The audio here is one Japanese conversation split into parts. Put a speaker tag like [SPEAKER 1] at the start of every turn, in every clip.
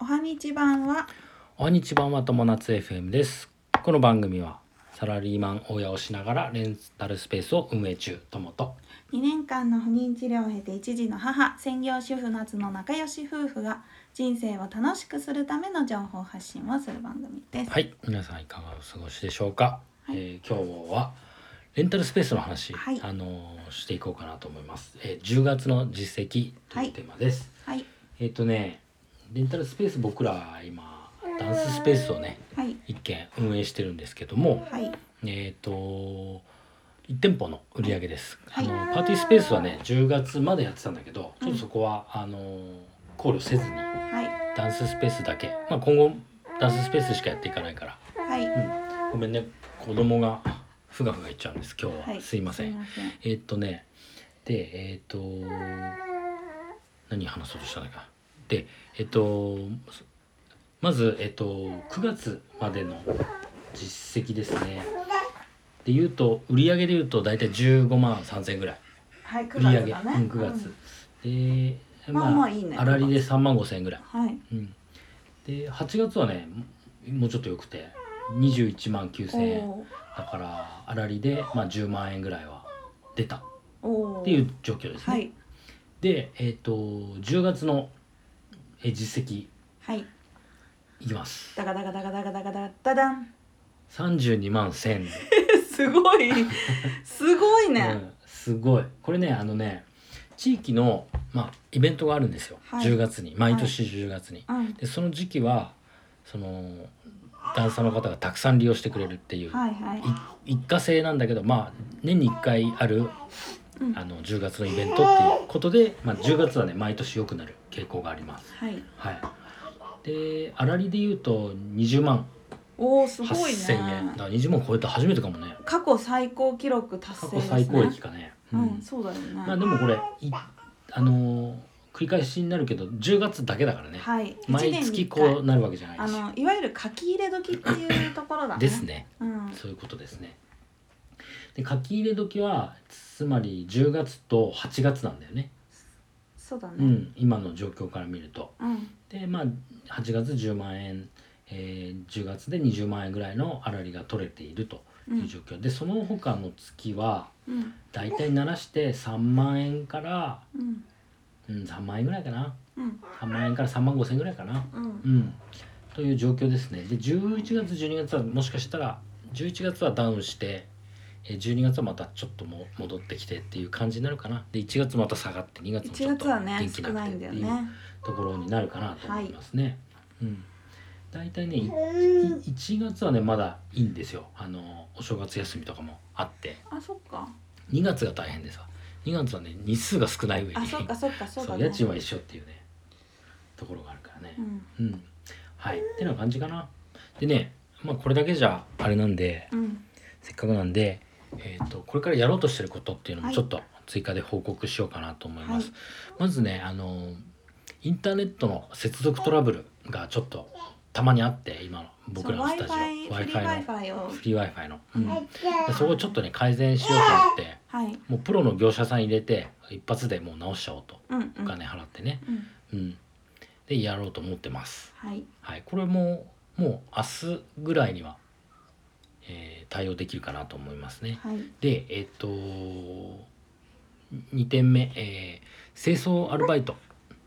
[SPEAKER 1] おはにちばんは
[SPEAKER 2] おはにちばんは友達 FM ですこの番組はサラリーマン親をしながらレンタルスペースを運営中ともと
[SPEAKER 1] 2年間の不妊治療を経て一児の母専業主婦夏の仲良し夫婦が人生を楽しくするための情報発信をする番組です。
[SPEAKER 2] はい皆さんいかがお過ごしでしょうか、
[SPEAKER 1] はい
[SPEAKER 2] えー今日はレンタルスペースの話、
[SPEAKER 1] はい
[SPEAKER 2] あのーしていこうかなと思います、えー10月の実績というテーマです、
[SPEAKER 1] はい、
[SPEAKER 2] えっ、とねレンタルスペース僕ら今ダンススペースをね
[SPEAKER 1] はい、
[SPEAKER 2] 一軒運営してるんですけども、
[SPEAKER 1] はい、
[SPEAKER 2] えっ、と1店舗の売り上げです、
[SPEAKER 1] はい
[SPEAKER 2] あのパーティースペースはね10月までやってたんだけど
[SPEAKER 1] うん
[SPEAKER 2] ちょっとそこは、あの考慮せずに
[SPEAKER 1] はい、
[SPEAKER 2] ダンススペースだけ、まあ、今後ダンススペースしかやっていかないから、
[SPEAKER 1] はい、
[SPEAKER 2] うん、ごめんね子供がふがふがいっちゃうんです今日は、
[SPEAKER 1] はい、
[SPEAKER 2] すいません
[SPEAKER 1] すいません。
[SPEAKER 2] えっ、とねでえっ、と何話そうとしたんだかでえっ、とまずえっ、と9月までの実績ですねで言うと売上で言うと大体15万3千ぐらい
[SPEAKER 1] はい、
[SPEAKER 2] 売
[SPEAKER 1] 九
[SPEAKER 2] り上
[SPEAKER 1] 月
[SPEAKER 2] げ、
[SPEAKER 1] だ
[SPEAKER 2] う
[SPEAKER 1] ね。
[SPEAKER 2] ん、9月、
[SPEAKER 1] うん
[SPEAKER 2] で
[SPEAKER 1] まあまあいいね
[SPEAKER 2] 粗利で3万5千ぐらい、
[SPEAKER 1] はい、
[SPEAKER 2] うん、で8月はねもうちょっと良くて21万9千円
[SPEAKER 1] お
[SPEAKER 2] だから粗利で、まあ、10万円ぐらいは出た
[SPEAKER 1] お、おお。
[SPEAKER 2] っていう状況ですね、
[SPEAKER 1] はい、
[SPEAKER 2] で、えっと10月のえー実績
[SPEAKER 1] はい、
[SPEAKER 2] いきます
[SPEAKER 1] だがだがだがだがだがだだだ ん。
[SPEAKER 2] 32万1000、
[SPEAKER 1] すごい、すごいね。
[SPEAKER 2] うん、すごいこれねあのね地域の、まあ、イベントがあるんですよ、
[SPEAKER 1] はい
[SPEAKER 2] 10月に毎年10月に、
[SPEAKER 1] うん、
[SPEAKER 2] でその時期はそのダンサーの方がたくさん利用してくれるっていう、
[SPEAKER 1] はい、はい、
[SPEAKER 2] い一過性なんだけどまあ年に1回ある
[SPEAKER 1] うん、
[SPEAKER 2] あの10月のイベントっていうことで、まあ、10月はね毎年良くなる傾向があります
[SPEAKER 1] はい。
[SPEAKER 2] はいで粗利で言うと20万
[SPEAKER 1] おお、すごい
[SPEAKER 2] 8,000円、だ
[SPEAKER 1] ね。
[SPEAKER 2] から20万超えた初めてかもね
[SPEAKER 1] 過去最高記録達成
[SPEAKER 2] 過
[SPEAKER 1] で
[SPEAKER 2] 去
[SPEAKER 1] すね。
[SPEAKER 2] 最高益かね、
[SPEAKER 1] う
[SPEAKER 2] うん
[SPEAKER 1] ん、そうだよね。
[SPEAKER 2] まあでもこれいあのー繰り返しになるけど10月だけだからね、
[SPEAKER 1] はい。
[SPEAKER 2] 毎
[SPEAKER 1] 一年に
[SPEAKER 2] 月
[SPEAKER 1] 一回
[SPEAKER 2] こうなるわけじゃな
[SPEAKER 1] あ
[SPEAKER 2] いし
[SPEAKER 1] のいわゆる書き入れ時っていうところだね。
[SPEAKER 2] です。ね
[SPEAKER 1] うん。
[SPEAKER 2] そういうことですねで書き入れ時はつまり10月と8月なんだよね、
[SPEAKER 1] そうだね。
[SPEAKER 2] う。ん、今の状況から見ると
[SPEAKER 1] うん。
[SPEAKER 2] でまあ8月10万円、えー10月で20万円ぐらいの粗利が取れていると
[SPEAKER 1] う。
[SPEAKER 2] いうん状況、でその他の月は
[SPEAKER 1] うん。
[SPEAKER 2] だいたい鳴らして3万円から、
[SPEAKER 1] うん。
[SPEAKER 2] うん、3万円ぐらいかな
[SPEAKER 1] うん。
[SPEAKER 2] 3万円から3万5千円ぐらいかな
[SPEAKER 1] うん。
[SPEAKER 2] うんという状況ですねで11月12月はもしかしたら11月はダウンしてえー12月はまたちょっとも戻ってきてっていう感じになるかなで1月また下がって2月もち
[SPEAKER 1] 一
[SPEAKER 2] ょっと
[SPEAKER 1] 月はね
[SPEAKER 2] 元気
[SPEAKER 1] 少
[SPEAKER 2] なく
[SPEAKER 1] ない
[SPEAKER 2] てっ
[SPEAKER 1] んだ
[SPEAKER 2] て
[SPEAKER 1] よ
[SPEAKER 2] い
[SPEAKER 1] ね
[SPEAKER 2] う。ところになるかなと思いますね、うん大体ねいい1月はねまだいいんですよあのお正月休みとかもあって
[SPEAKER 1] あそっか。
[SPEAKER 2] 2月が大変でさ2月はね日数が少ない上に
[SPEAKER 1] あそっかそっかそう
[SPEAKER 2] そ
[SPEAKER 1] だ
[SPEAKER 2] う
[SPEAKER 1] ね。
[SPEAKER 2] 家賃は一緒っていうねところがあるからね、
[SPEAKER 1] うん。
[SPEAKER 2] うん、はいってな感じかなでねまあこれだけじゃあれなんで
[SPEAKER 1] うん。
[SPEAKER 2] せっかくなんで、えー、とこれからやろうとしてることっていうの
[SPEAKER 1] は
[SPEAKER 2] も
[SPEAKER 1] い
[SPEAKER 2] ちょっと追加で報告しようかなと思います、
[SPEAKER 1] は
[SPEAKER 2] まずねあのインターネットの接続トラブルがちょっとたまにあって今の僕らのスタジオ
[SPEAKER 1] Wi-Fi フリー Wi-Fi を
[SPEAKER 2] のフリー w i f i の、うんでそ
[SPEAKER 3] そ
[SPEAKER 2] こをちょっとね改善しようと思って
[SPEAKER 1] はい。
[SPEAKER 2] もうプロの業者さん入れて一発でもう直しちゃおうと
[SPEAKER 1] うんう
[SPEAKER 2] お
[SPEAKER 1] ん。
[SPEAKER 2] 金払ってね、
[SPEAKER 1] うん。
[SPEAKER 2] うん、でやろうと思ってます
[SPEAKER 1] はい。
[SPEAKER 2] はい、これももう明日ぐらいには、えー対応できるかなと思いますね。
[SPEAKER 1] はい。
[SPEAKER 2] でえっと2点目、えー清掃アルバイト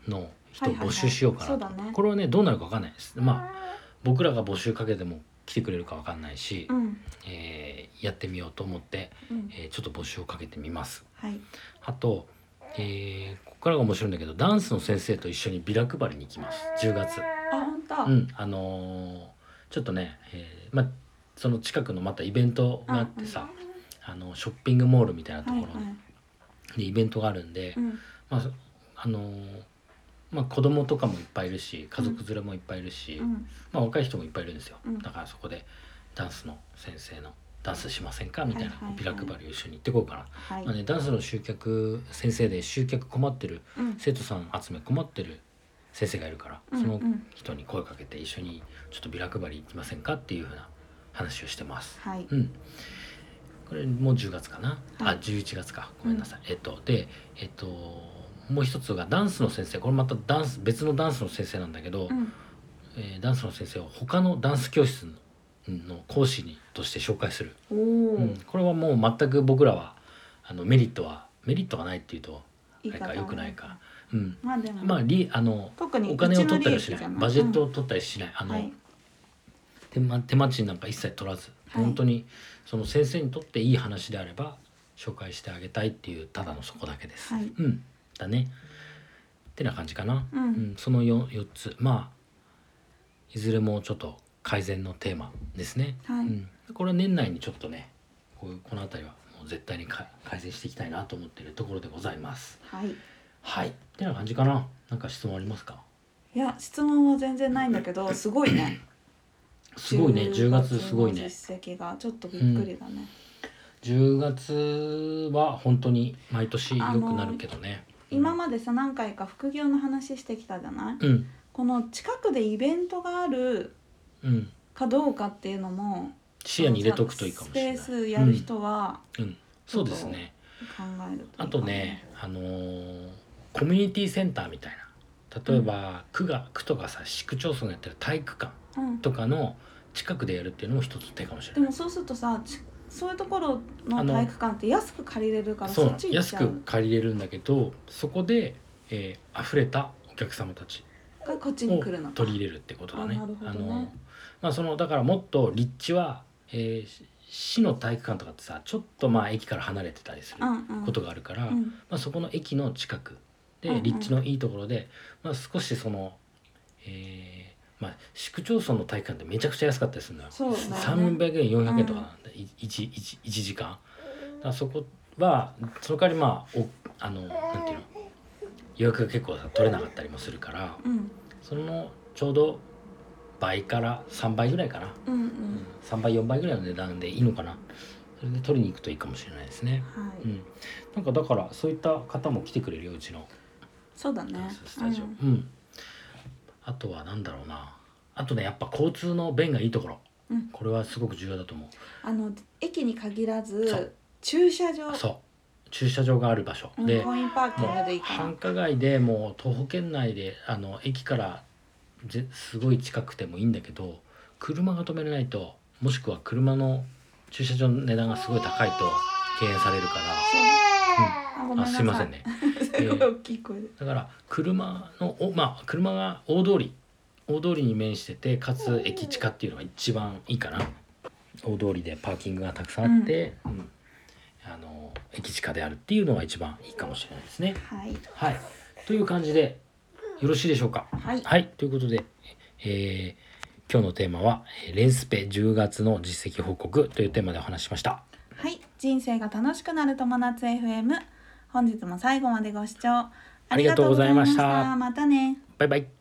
[SPEAKER 2] の人を募集しようかなと、
[SPEAKER 1] はいはいはいそうだね
[SPEAKER 2] これはねどうなるかわかんないです。まあ僕らが募集かけても来てくれるかわかんないし、
[SPEAKER 1] うん。
[SPEAKER 2] えーやってみようと思って、
[SPEAKER 1] うん。
[SPEAKER 2] えーちょっと募集をかけてみます。
[SPEAKER 1] はい。
[SPEAKER 2] あと、えーここからが面白いんだけどダンスの先生と一緒にビラ配りに行きます10月。
[SPEAKER 1] あ本当。
[SPEAKER 2] う。ん、あのーちょっとね、えーまあその近くのまたイベントがあってさ、あのショッピングモールみたいなと
[SPEAKER 1] は
[SPEAKER 2] こ
[SPEAKER 1] い
[SPEAKER 2] ろ
[SPEAKER 1] はい。
[SPEAKER 2] でイベントがあるんで、
[SPEAKER 1] うん。
[SPEAKER 2] まあそあのーまあ子供とかもいっぱいいるし家族連れもいっぱいいるし、
[SPEAKER 1] うん。
[SPEAKER 2] まあ若い人もいっぱいいるんですよ、
[SPEAKER 1] うん
[SPEAKER 2] だからそこでダンスの先生の「ダンスしませんか?」みたいな
[SPEAKER 1] はいはいはい
[SPEAKER 2] ビラ配りを一緒に行ってこうかな、
[SPEAKER 1] はい
[SPEAKER 2] まあ。ね、ダンスの集客先生で集客困ってる
[SPEAKER 1] うん。
[SPEAKER 2] 生徒さん集め困ってる先生がいるから、
[SPEAKER 1] うん
[SPEAKER 2] その
[SPEAKER 1] うん
[SPEAKER 2] 人に声かけて一緒にちょっとビラ配り行きませんかっていうふうな話をしてます。
[SPEAKER 1] はい。
[SPEAKER 2] うん、これもう10月かな、
[SPEAKER 1] はい
[SPEAKER 2] あ11月かごめんなさい。えっとでえっともう一つがダンスの先生これまたダンス別のダンスの先生なんだけど、
[SPEAKER 1] うん。
[SPEAKER 2] えーダンスの先生を他のダンス教室のうんの講師にとして紹介する、
[SPEAKER 1] お
[SPEAKER 2] う
[SPEAKER 1] お
[SPEAKER 2] ん、これはもう全く僕らはあのメリットはメリットがないっていうと
[SPEAKER 1] い
[SPEAKER 2] あれか良くないか、うん、
[SPEAKER 1] まあでも、
[SPEAKER 2] まありあの
[SPEAKER 1] 特に
[SPEAKER 2] お金を取ったりはし
[SPEAKER 1] うち
[SPEAKER 2] な
[SPEAKER 1] の
[SPEAKER 2] い
[SPEAKER 1] 利益じゃ
[SPEAKER 2] バジェットを取ったりしないあ
[SPEAKER 1] うん
[SPEAKER 2] の、
[SPEAKER 1] はい
[SPEAKER 2] 手間手間賃なんか一切取らず、
[SPEAKER 1] はい
[SPEAKER 2] 本当にその先生にとっていい話であれば紹介してあげたいっていうただのそこだけです。
[SPEAKER 1] はい
[SPEAKER 2] うんだね。ってな感じかな。
[SPEAKER 1] うん
[SPEAKER 2] その 4, 4つまあいずれもちょっと改善のテーマですね。
[SPEAKER 1] はい
[SPEAKER 2] うん、これは年内にちょっとねこういうこの辺りはもう絶対にか改善していきたいなと思っているところでございます。
[SPEAKER 1] はい
[SPEAKER 2] はいってな感じかな。なんか質問ありますか
[SPEAKER 1] いや質問は全然ないんだけどすごいね
[SPEAKER 2] すごいね10月すごい
[SPEAKER 1] 10
[SPEAKER 2] ね
[SPEAKER 1] 月。の実績がちょっとびっくりだね、
[SPEAKER 2] 10月は本当に毎年良くなるけどね。
[SPEAKER 1] 今までさ何回か副業の話してきたじゃない、
[SPEAKER 2] うん
[SPEAKER 1] この近くでイベントがある
[SPEAKER 2] うん
[SPEAKER 1] かどうかっていうのも
[SPEAKER 2] 視野に入れとくといいかもしれない。
[SPEAKER 1] スペースやる人は
[SPEAKER 2] うん、うんそうですね。
[SPEAKER 1] 考えるいいか
[SPEAKER 2] あとね、あのーコミュニティセンターみたいな、例えば区が区とかさ市区町村がやってる体育館
[SPEAKER 1] うん、
[SPEAKER 2] とかの近くでやるっていうのも一つ手かもし
[SPEAKER 1] で
[SPEAKER 2] れない。
[SPEAKER 1] もそうするとさちそういうところ
[SPEAKER 2] あ
[SPEAKER 1] の
[SPEAKER 2] の
[SPEAKER 1] 体育館って安く借りれるからそ
[SPEAKER 2] そ
[SPEAKER 1] う
[SPEAKER 2] な
[SPEAKER 1] っ
[SPEAKER 2] の
[SPEAKER 1] ち行っ
[SPEAKER 2] 安
[SPEAKER 1] ちゃう
[SPEAKER 2] く借りれるんだけど、そこで、えー溢れたお客様たち
[SPEAKER 1] がこっちに
[SPEAKER 2] を
[SPEAKER 1] 来るのか
[SPEAKER 2] 取り入れるってことだね。
[SPEAKER 1] あなるほどね
[SPEAKER 2] のまあそのだからもっと立地は、えーし市の体育館とかってさちょっとまあ駅から離れてたりする
[SPEAKER 1] うんうん
[SPEAKER 2] ことがあるから、
[SPEAKER 1] うん
[SPEAKER 2] まあそこの駅の近く
[SPEAKER 1] うんう
[SPEAKER 2] で
[SPEAKER 1] ん
[SPEAKER 2] 立地のいいところで、まあ少しその、えーまあ市区町村の体育館ってめちゃくちゃ安かったりするのよ。
[SPEAKER 1] そうだよね
[SPEAKER 2] 300円400円とかなんで、い一一一時間。だからそこはその代わりまあおあのなんていうの予約が結構さ取れなかったりもするから。
[SPEAKER 1] うん
[SPEAKER 2] そのちょうど倍から3倍ぐらいかな、
[SPEAKER 1] うんうん
[SPEAKER 2] 3倍4倍ぐらいの値段でいいのかなそれで取りに行くといいかもしれないですね、
[SPEAKER 1] は
[SPEAKER 2] う
[SPEAKER 1] い、
[SPEAKER 2] ん、なんかだからそういった方も来てくれるようちの
[SPEAKER 1] そうだ
[SPEAKER 2] ダン
[SPEAKER 1] ね
[SPEAKER 2] ススタジオ、
[SPEAKER 1] う
[SPEAKER 2] うん
[SPEAKER 1] ん
[SPEAKER 2] あとはなんだろうなあとねやっぱ交通の便がいいところ、
[SPEAKER 1] うん
[SPEAKER 2] これはすごく重要だと思う
[SPEAKER 1] あの駅に限ら
[SPEAKER 2] そう
[SPEAKER 1] ず駐車場
[SPEAKER 2] そう駐車場がある場所、
[SPEAKER 1] うん
[SPEAKER 2] で
[SPEAKER 1] コインパーキ
[SPEAKER 2] も
[SPEAKER 1] ングでいういか
[SPEAKER 2] 繁華街でもう徒歩圏内であの駅からぜすごい近くてもいいんだけど車が止めれないともしくは車の駐車場の値段がすごい高いと敬遠されるから
[SPEAKER 1] なごめん
[SPEAKER 2] あ
[SPEAKER 1] なさ
[SPEAKER 2] すいませんね
[SPEAKER 1] すご い大きい声で、
[SPEAKER 2] だから車のおまあ車が大通り大通りに面しててかつ駅近っていうのが一番いいかな大通りでパーキングがたくさんあって、うんあの駅近であるっていうのが一番いいかもしれないですね。
[SPEAKER 1] はい
[SPEAKER 2] はい、という感じでよろしいでしょうか。
[SPEAKER 1] はい
[SPEAKER 2] はい、ということで、えー今日のテーマは「えーレンスペ10月の実績報告」というテーマでお話ししました。
[SPEAKER 1] はい、人生が楽しくなる友達 FM 本日も最後までご視聴
[SPEAKER 2] ありがとうございました
[SPEAKER 1] ありがとうございましたまたね
[SPEAKER 2] バイバイ